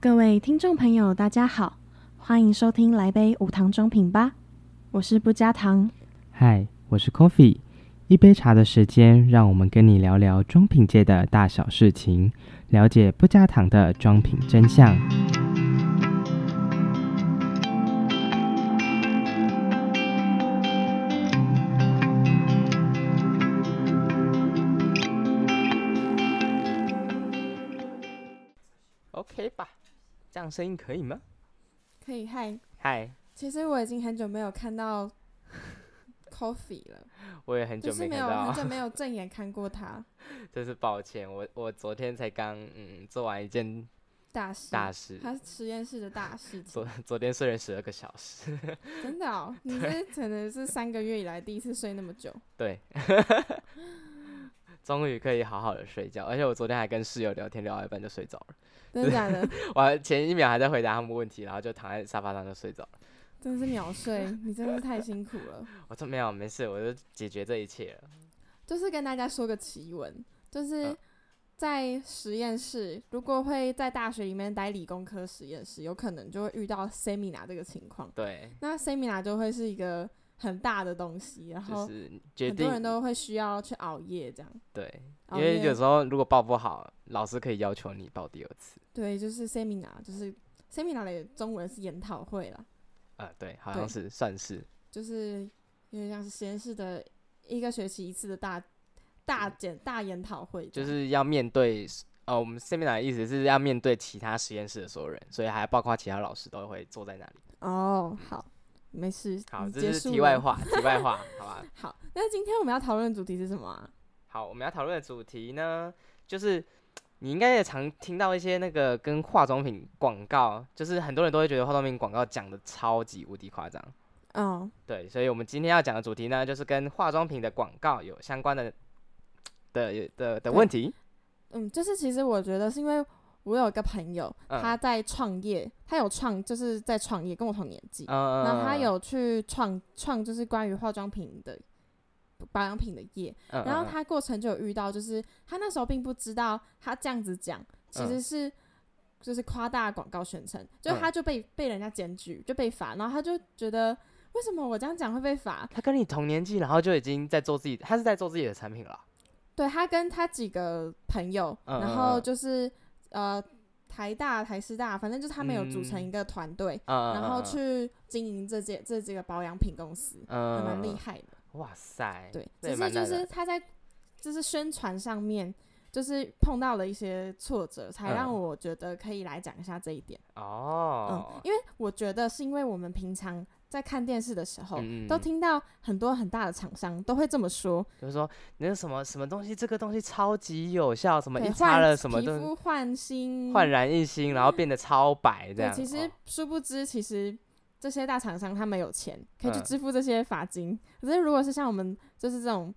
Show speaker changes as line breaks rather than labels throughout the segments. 各位听众朋友，大家好，欢迎收听《来杯无糖中品吧》，我是不加糖。
嗨，我是 Coffee，一杯茶的时间，让我们跟你聊聊装品界的大小事情，了解不加糖的装品真相。
OK 吧？这样声音可以吗？
可以嗨，
嗨，
其实我已经很久没有 看到 Coffee 了，
我也很
就
久
是
没
没
看
有啊很
到，
久 没有正眼看过他。
真是抱歉，我我昨天才刚嗯做完一件
大事，
大事，
他实验室的大事情
昨，昨天睡了十二个小时，
真的哦，你这可能是三个月以来第一次睡那么久。
对，终于可以好好的睡觉，而且我昨天还跟室友聊天，聊到一半就睡着了，
真的假 的？
我还前一秒还在回答他们问题，然后就躺在沙发上就睡着了。
真的是秒睡，你真的是太辛苦 了。
我说没有没事，我就解决这一切了。
就是跟大家说个奇闻，就是
嗯
在实验室，如果会在大学里面待理工科实验室，有可能就会遇到 seminar 这个情况。
对，
那 seminar 就会是一个很大的东西，然
就
后
是决
很多人
定
都会哦需要去熬夜这样。
对，因
熬
为有
夜
时候如果报不好，老师可以要求你报第二次。
对，就是 seminar，就是 seminar 的中文是研讨会啦，
啊、对，好像
对
是算是
就是有点像是实验室的一个学期一次的大大检大研讨会这
就
样，
是要面对 s- 呃，我们 seminar 的意思是要面对其他实验室的所有人，所以还包括其他老师都会坐在那里。
哦，好，没事，
好，
你
这
嗯结
是
束
题外
了。
话， 题外话，好吧。
好，那今天我们要讨论的主题是什么啊？
好，我们要讨论的主题呢，就是你应该也常听到一些那个跟化妆品广告，就是很多人都会觉得化妆品广告讲的超级无敌夸张。
哦，
对，所以我们今天要讲的主题呢，就是跟化妆品的广告有相关的的的的问题。
嗯，就是其实我觉得是因为我有一个朋友，
嗯
他在创业，他有创，就是在创业，跟我同年纪，
嗯，
然后他有去创创，就是关于化妆品的保养品的业。
嗯，嗯
然后
嗯
他过程就有遇到，就是他那时候并不知道，他这样子讲其实是就是夸大广告宣称，就
嗯
他就被被人家检举，就被罚，然后他就觉得为什么我这样讲会被罚？
他跟你同年纪，然后就已经在做自己，他是在做自己的产品了啊。
对他跟他几个朋友，
嗯
然
嗯
后
嗯
就是呃台大、台师大，反正就是他们有组成
嗯
一个团队，
嗯，
然后
嗯，
去经营这些这几个保养品公司，还
嗯，
蛮厉
嗯。
害的。
嗯哇塞，
对，
这
只
也
是
蛮
就
难的
是他在就是宣传上面，就是碰到了一些挫折，才让
嗯
我觉得可以来讲一下这一点。嗯
哦，，
因为我觉得是因为我们平常在看电视的时候，
嗯嗯
都
嗯
听到很多很大的厂商都会这么说，
就是说那个什么什么东西，这个东西超级有效，什么
对
一
焕
擦了什么
皮
都
肤焕新，
焕然一新，然后变得超白这
对，
样。
其实
哦
殊不知，其实这些大厂商他们有钱，可以去
嗯
支付这些罚金。可是如果是像我们就是这种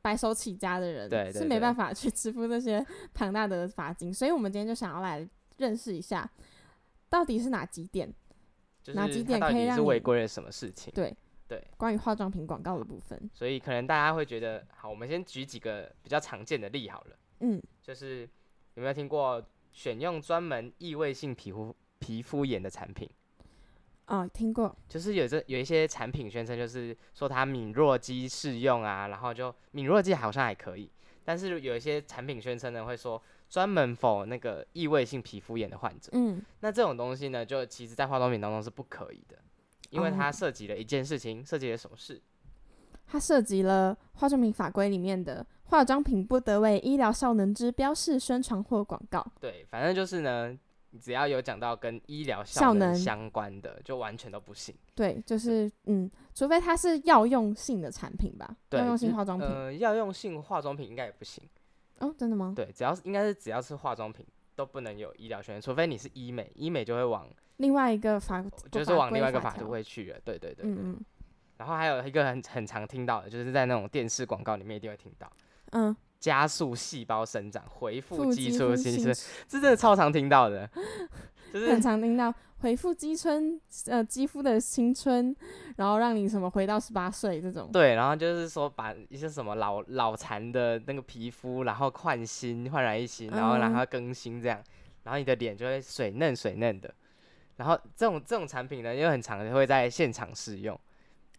白手起家的人，
对
是
对
没
对
办法去支付这些庞大的罚金。所以我们今天就想要来认识一下，到底是哪几点
就
哪几
是他
点
到
可以
底
让
是违
你
规了什么事情？
对
对，
关于化妆品广告的部分？
所以可能大家会觉得，好，我们先举几个比较常见的例好了，
嗯，
就是有没有听过选用专门异位性皮肤皮肤炎的产品？
哦，听过，
就是有这有一些产品宣称，就是说它敏弱肌适用啊，然后就敏弱肌好像还可以，但是有一些产品宣称呢会说专门否那个异位性皮肤炎的患者，
嗯，
那这种东西呢，就其实在化妆品当中是不可以的，因为它
哦
涉及了一件事情，涉及了什么事？
它涉及了化妆品法规里面的化妆品不得为医疗效能之标示、宣传或广告。
对，反正就是呢，只要有讲到跟医疗
效
效能
能
相关的，就完全都不行。
对，就是嗯，除非它是药用性的产品吧，
对，
药用性
嗯
化妆品。
呃，药用性化妆品应该也不行。
哦，真的吗？
对，只要是应该是只要是化妆品都不能有医疗宣言，除非你是医美，医美就会往
另外一个法
就是往
规
另外一个
法
法
条
度会去了。对对对。
嗯嗯
然后还有一个很很常听到的，就是在那种电视广告里面一定会听到。
嗯，
加速细胞生长，恢复肌
肌肤
出新生，
新
这真的超常听到的，就是
很常听到回复肌春呃肌肤的青春，然后让你什么回到十八岁这种。
对，然后就是说把一些什么老老残的那个皮肤，然后焕新焕然一新，然后让
嗯
它更新这样，然后你的脸就会水嫩水嫩的。然后这种这种产品呢，又很常会在现场试用，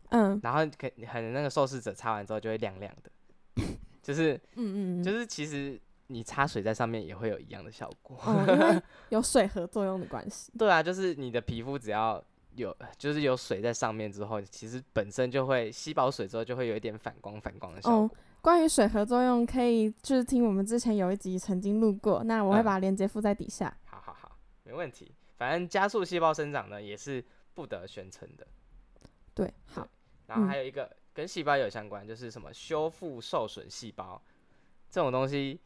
嗯
然后可可能那个受试者擦完之后就会亮亮的， 就是
嗯嗯，嗯
就是其实你擦水在上面也会有一样的效果。
哦，因为有水合作用的关系。
对啊，就是你的皮肤只要有就是有水在上面之后，其实本身就会吸饱水之后就会有一点反光反光的效果。
哦，关于水合作用，可以就是听我们之前有一集曾经录过，那我会
嗯
把链接附在底下。
好好好，没问题。反正加速细胞生长呢也是不得宣称的。
对，好，
然后
嗯
还有一个跟细胞有相关，就是什么修复受损细胞这种东西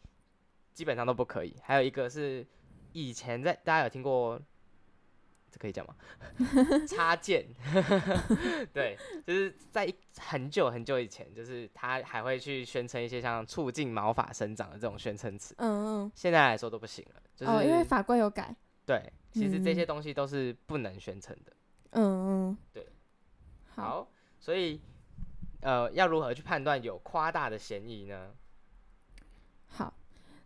基本上都不可以。还有一个是以前在大家有听过，这可以讲吗？ 插件， 对，就是在一很久很久以前，就是他还会去宣称一些像促进毛发生长的这种宣称词，
嗯嗯，
现在来说都不行了，就是、
哦，因为法规有改。
对，其实这些
嗯
东西都是不能宣称的。
嗯嗯，
对，
好，
好，所以呃，要如何去判断有夸大的嫌疑呢？
好。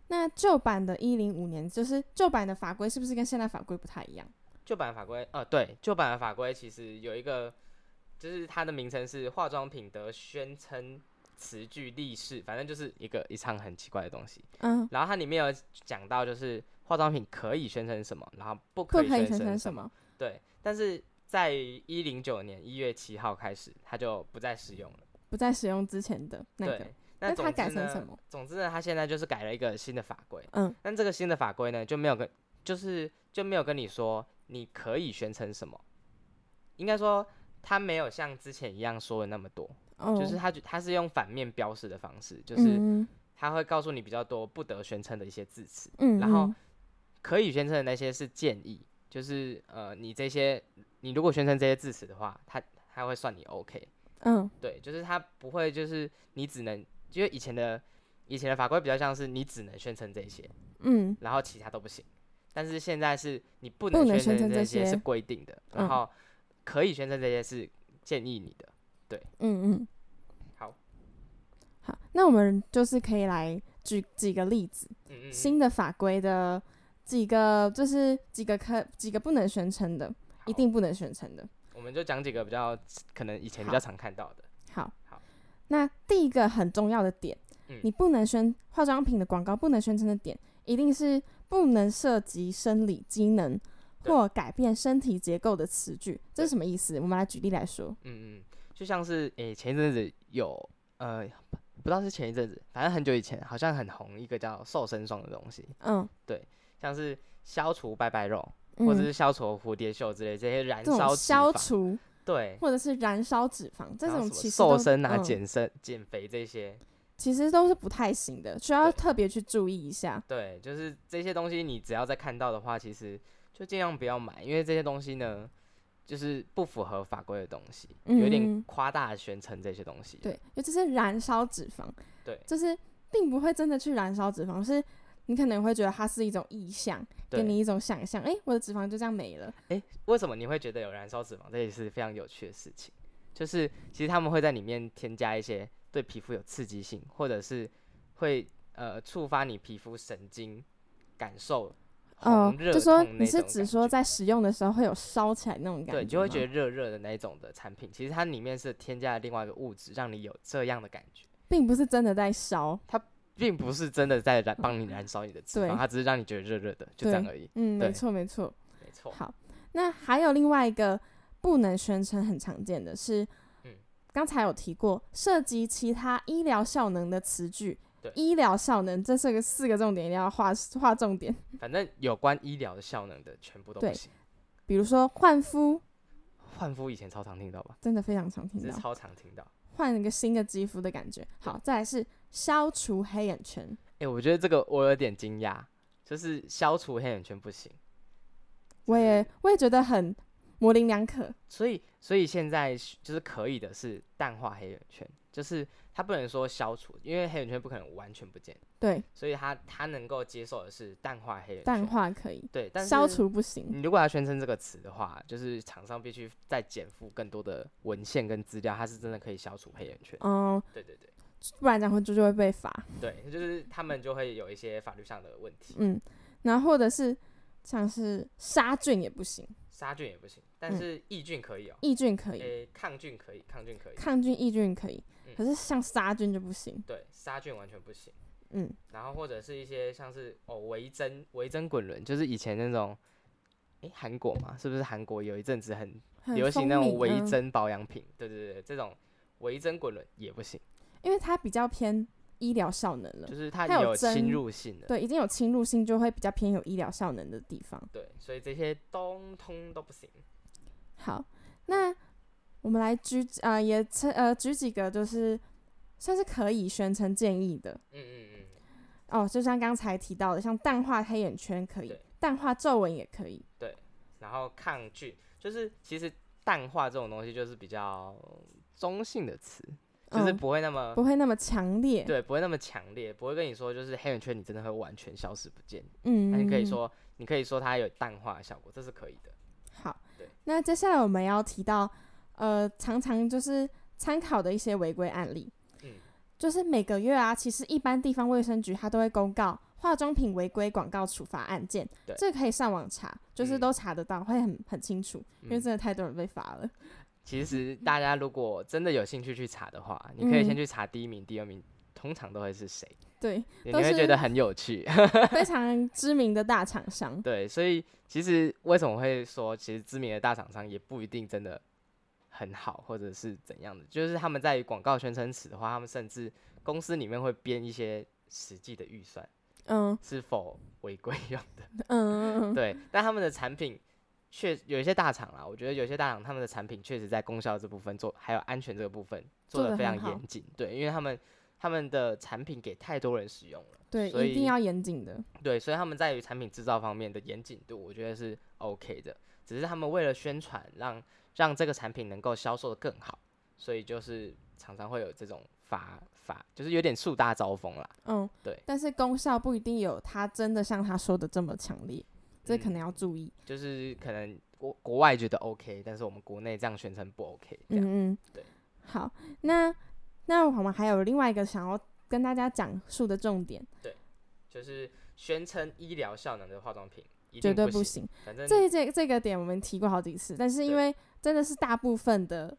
那旧版的一零五年，就是旧版的法规是不是跟现在法规不太一样？
旧版法规，呃，对，旧版的法规其实有一个，就是它的名称是《化妆品得宣称词句例示》，反正就是一个一场很奇怪的东西。
嗯，
然后它里面有讲到，就是化妆品可以宣称什么，然后不
不
可以
可以宣
宣
称
称
什
么。
么？
对，但是在一零九年一月七号开始，它就不再使用了。
不再使用之前的那个
对，，那
那
总
它
之
改成
呢
什么？
总之呢，它现在就是改了一个新的法规。
嗯，
但这个新的法规呢，就没有跟，就是就没有跟你说你可以宣称什么，应该说它没有像之前一样说的那么多，
哦，
就是它就它是用反面标示的方式，就
嗯
是
嗯
它会告诉你比较多不得宣称的一些字词，
嗯，
然后
嗯
可以宣称的那些是建议，就是呃你这些你如果宣称这些字词的话，它它会算你 OK，
嗯
对，就是它不会就是你只能，因为以前的以前的法规比较像是你只能宣称这些，
嗯
然后其他都不行。但是现在是你不
不能
能
宣
宣
称
称
这
这些
些
是规定的，
嗯
然后可以宣称这些是建议你的。
嗯嗯，
好，
好，那我们就是可以来举几个例子，
嗯嗯嗯，
新的法规的几个就是几个可几个不能宣称的，一
好
定不能宣称的。
我们就讲几个比较可能以前比
好
较常看到的。
好，
好
那第一个很重要的点，
嗯
你不能宣化妆品的广告不能宣称的点，一定是不能涉及生理机能
对
或改变身体结构的词句。这
对
是什么意思？我们来举例来说。
嗯嗯，就像是诶、前一阵子有呃，不知道是前一阵子，反正很久以前好像很红一个叫瘦身霜的东西，
嗯，
像是消除拜拜肉、
嗯
或者是消除蝴蝶袖之类这些燃
这种
烧脂
消
肪，
除
对，
或者是燃烧脂肪这
然后什
种
么
其实
瘦
都
身啊、
嗯
减身、减肥这些。
其实都是不太行的，需要
对
特别去注意一下。
对，就是这些东西，你只要再看到的话，其实就尽量不要买，因为这些东西呢，就是不符合法规的东西，有
嗯
点夸大地宣称这些东西。
对，尤其是燃烧脂肪，
对
就是并不会真的去燃烧脂肪，是你可能会觉得它是一种意象，给
对
你一种想象，诶，我的脂肪就这样没了。
为什么你会觉得有燃烧脂肪？这也是非常有趣的事情。就是其实他们会在里面添加一些对皮肤有刺激性，或者是会呃触发你皮肤神经感受
哦
红，热、
就
痛
说
那
你是
种
指
感
说
觉
在使用的时候会有烧起来那种感觉吗，
对，就会觉得热热的那一种的产品，其实它里面是添加了另外一个物质，让你有这样的感觉。
并不是真的在烧。
并不是真的在燃帮你燃烧你的脂
嗯对
肪，它只是让你觉得热热的，就这样而已。
嗯，没
对
错没错。
没错，
好，那还有另外一个不能宣称很常见的是，
嗯
刚才有提过涉及其他医疗效能的词句
对。
医疗效能，这是个四个重点，一定要画画重点。
反正有关医疗的效能的全部都
对
不行。
比如说换肤，
焕肤以前超常听到吧，
真的哦非常常听
这
到
是，超常听到。
换一个新的肌肤的感觉。好，再来是消除黑眼圈，
哎、我觉得这个我有点惊讶，就是消除黑眼圈不行，
我也我也觉得很模棱两可。
所以所以现在是就是可以的是淡化黑眼圈，就是它不能说消除，因为黑眼圈不可能完全不见，
对，
所以它它能够接受的是淡化黑眼圈。
淡化可以，
对，但是嗯
消除不行。
你如果要宣称这个词的话，就是厂商必须再减负更多的文献跟资料，它是真的可以消除黑眼圈。
哦、
对对对
不然这样会就就会被罚。
对，就是他们就会有一些法律上的问题。
嗯嗯，然后或者是像是杀菌也不行，
杀菌也不行，但
嗯
是抑菌可以哦、
抑菌可以，
诶、抗菌可以，抗菌可以，
抗菌抑菌可以，
嗯
可是像杀菌就不行。
对，杀菌完全不行。
嗯，
然后或者是一些像是哦微针微针滚轮，就是以前那种，诶、韩国嘛，是不是韩国有一阵子很
很
流行那
风靡
种微
嗯
针保养品？对对对，这种微针滚轮也不行，
因为它比较偏医疗效能了
就，是它
它有
有侵
针
入性的，
对，已经有侵入性，就会比较偏有医疗效能的地方。
对，所以这些通通都不行。
好，那我们来举啊、呃，也称呃举几个就是算是可以宣称建议的
嗯嗯嗯，
哦，就像刚才提到的，像淡化黑眼圈可以
对，
淡化皱纹也可以，
然后抗菌就是其实淡化这种东西就是比较中性的词，就是
嗯
不会那么、
不会那么强烈。
对，不会那么强烈，不会跟你说就是黑眼圈你真的会完全消失不见，
嗯，
但
嗯，
是可以
嗯
说你可以说它有淡化的效果，这是可以的。
好
对。
那接下来我们要提到呃，常常就是参考的一些违规案例，
嗯
就是每个月啊，其实一般地方卫生局它都会公告化妆品违规广告处罚案件
对，
这个可以上网查，就是
嗯
都查得到，会很很清楚，因为
嗯
真的太多人被罚了。
其实大家如果真的有兴趣去查的话，你可以先
嗯
去查第一名、第二名，通常都会是谁，
对，
你
都
会觉
是
得很有趣。
非常知名的大厂商，
对，所以其实为什么会说，其实知名的大厂商也不一定真的很好，或者是怎样的，就是他们在于广告宣称词的话，他们甚至公司里面会编一些实际的预算
嗯
是否违规 用的，
嗯 嗯嗯
对，但他们的产品。确有一些大厂啦，我觉得有些大厂他们的产品确实在功效这部分做，还有安全这个部分做
做
的
得
非常
很好
严谨，对，因为他们他们的产品给太多人使用了，
对，
所
一定
以
要严谨的，
对，所以他们在于产品制造方面的严谨度，我觉得是 OK 的。只是他们为了宣传，让让这个产品能够销售的更好，所以就是常常会有这种罚罚，就是有点树大招风啦。
嗯，
对
但是功效不一定有他真的像他说的这么强烈，这可能要注意。
就是可能国国外觉得 OK，但是我们国内这样宣称不 OK，这样、
嗯嗯，
对。
好，那那我们还有另外一个想要跟大家讲述的重点，
就是宣称医疗效能的化妆品一
绝
定
对
不
不
行。
行。
反正
这这这个点我们提过好几次，但是因
对
为真的是大部分的，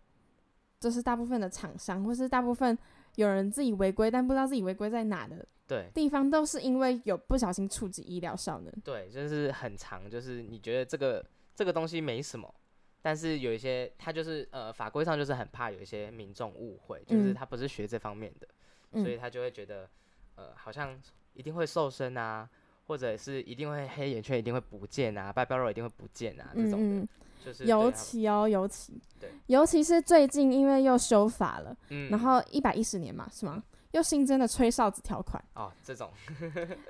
就是大部分的厂商或是大部分有人自己违规，但不知道自己违规在哪的
对
地方，都是因为有不小心触及医疗效能。
对，就是很长，就是你觉得这个这个东西没什么，但是有一些他就是呃法规上就是很怕有一些民众误会，就是
嗯
他不是学这方面的，所以
嗯，
他就会觉得呃好像一定会瘦身啊，或者是一定会黑眼圈一定会不见啊，白标肉一定会不见啊这
嗯
种的，
嗯，
就是
尤
对他
其哦，尤其
对，
尤其是最近因为又修法了，
嗯
然后一百一十年嘛，是吗？又新增了吹哨子条款。
哦这种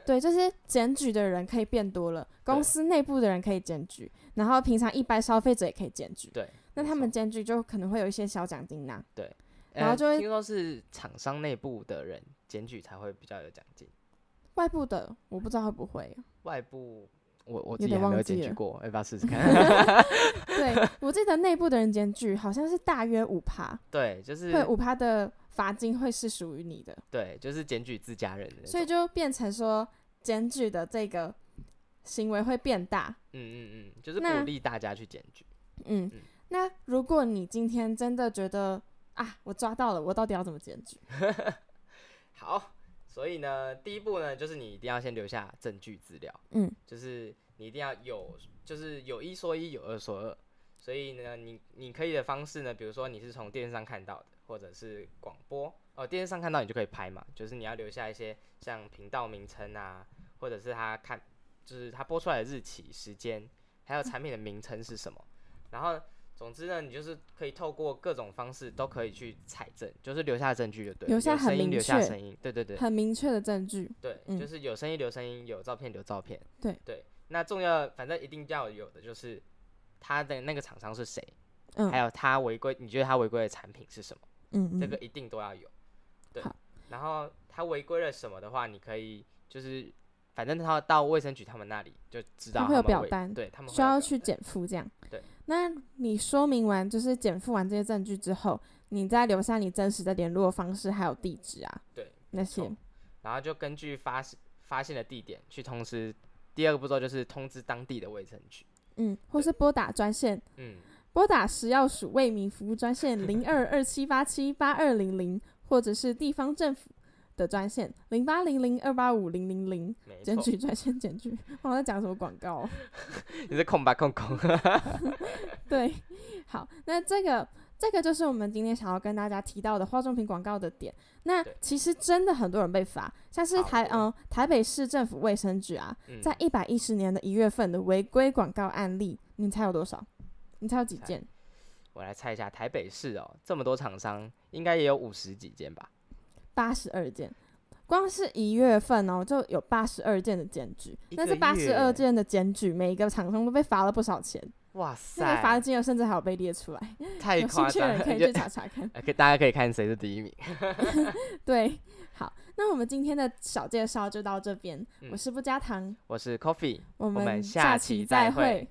对，就是检举的人可以变多了，公
对
司内部的人可以检举，然后平常一般消费者也可以检举。
对，
那
没
他们
错
检举就可能会有一些小奖金拿，然
呃
后就会
听说是厂商内部的人检举才会比较有奖金，
外部的我不知道会不会。啊
外部。我我
有
自己
点
还没
忘
有检
记
举
了
过，要不要试 试看？
对我记得内部的人检举好像是大约五趴，
对，就是
会五趴的罚金会是属于你的，
对，就是检举自家人的那种，
所以就变成说检举的这个行为会变大。
嗯嗯嗯，就是
那
鼓励大家去检举，
嗯
嗯，
那如果你今天真的觉得啊，我抓到了，我到底要怎么检举？
好，所以呢，第一步呢，就是你一定要先留下证据资料，
嗯，
就是你一定要有，就是有一说一，有二说二。所以呢，你你可以的方式呢，比如说你是从电视上看到的，或者是广播哦，电视上看到你就可以拍嘛，就是你要留下一些像频道名称啊，或者是它看，就是它播出来的日期、时间，还有产品的名称是什么。然后，总之呢，你就是可以透过各种方式都可以去采证，就是留下证据就对了，
留下
有声
很
音，
明
留下
确
声音，对对对，
很明确的证据。
对，
嗯
就是有声音留声音，有照片留照片。
对
对，那重要反正一定要有的就是他的那个厂商是谁，
嗯，
还有他违规，你觉得他违规的产品是什么，
嗯嗯，
这个一定都要有。对
好，
然后他违规了什么的话，你可以就是反正他到卫生局他们那里就知道
他会有
们
表
违
单
对他们会
需要
有表
去
单
减负这样。
对，
那你说明完就是减负完这些证据之后，你再留下你真实的联络方式还有地址啊，
对
那些
错，然后就根据发现发现的地点去通知第二个步骤就是通知当地的卫生局。
嗯，或是拨打专线，
嗯，
拨打食药署为民服务专线零二二七八七八二零零，或者是地方政府的专线零八零零二八五零零零。
没
检
错，
举专线 检举，我在讲什么广告？哦
你是空白空空。
对，好，那这个这个就是我们今天想要跟大家提到的化妆品广告的点。那
对
其实真的很多人被罚，像是
好
台
多
嗯、台北市政府卫生局啊，
嗯
在一百一十年的一月份的违规广告案例，你猜有多少？你猜有几
猜
件？
我来猜一下，台北市哦，这么多厂商，应该也有五十几间吧？
八十二件，光是一月份哦就有八十二件的检举，
一
但
个
是八十二
月
件的检举，每一个厂商都被罚了不少钱，
哇
那个罚的
塞，
金额甚至还有被列出来。
太
有兴
夸
趣的
张
人
了！
可以
就
去查查看。
呃可以大家可以看谁是第一名。
对，好，那我们今天的小介绍就到这边。
嗯
我是不加糖，
我是 Coffee。
我
们
们
下期
期
再
再
会
会。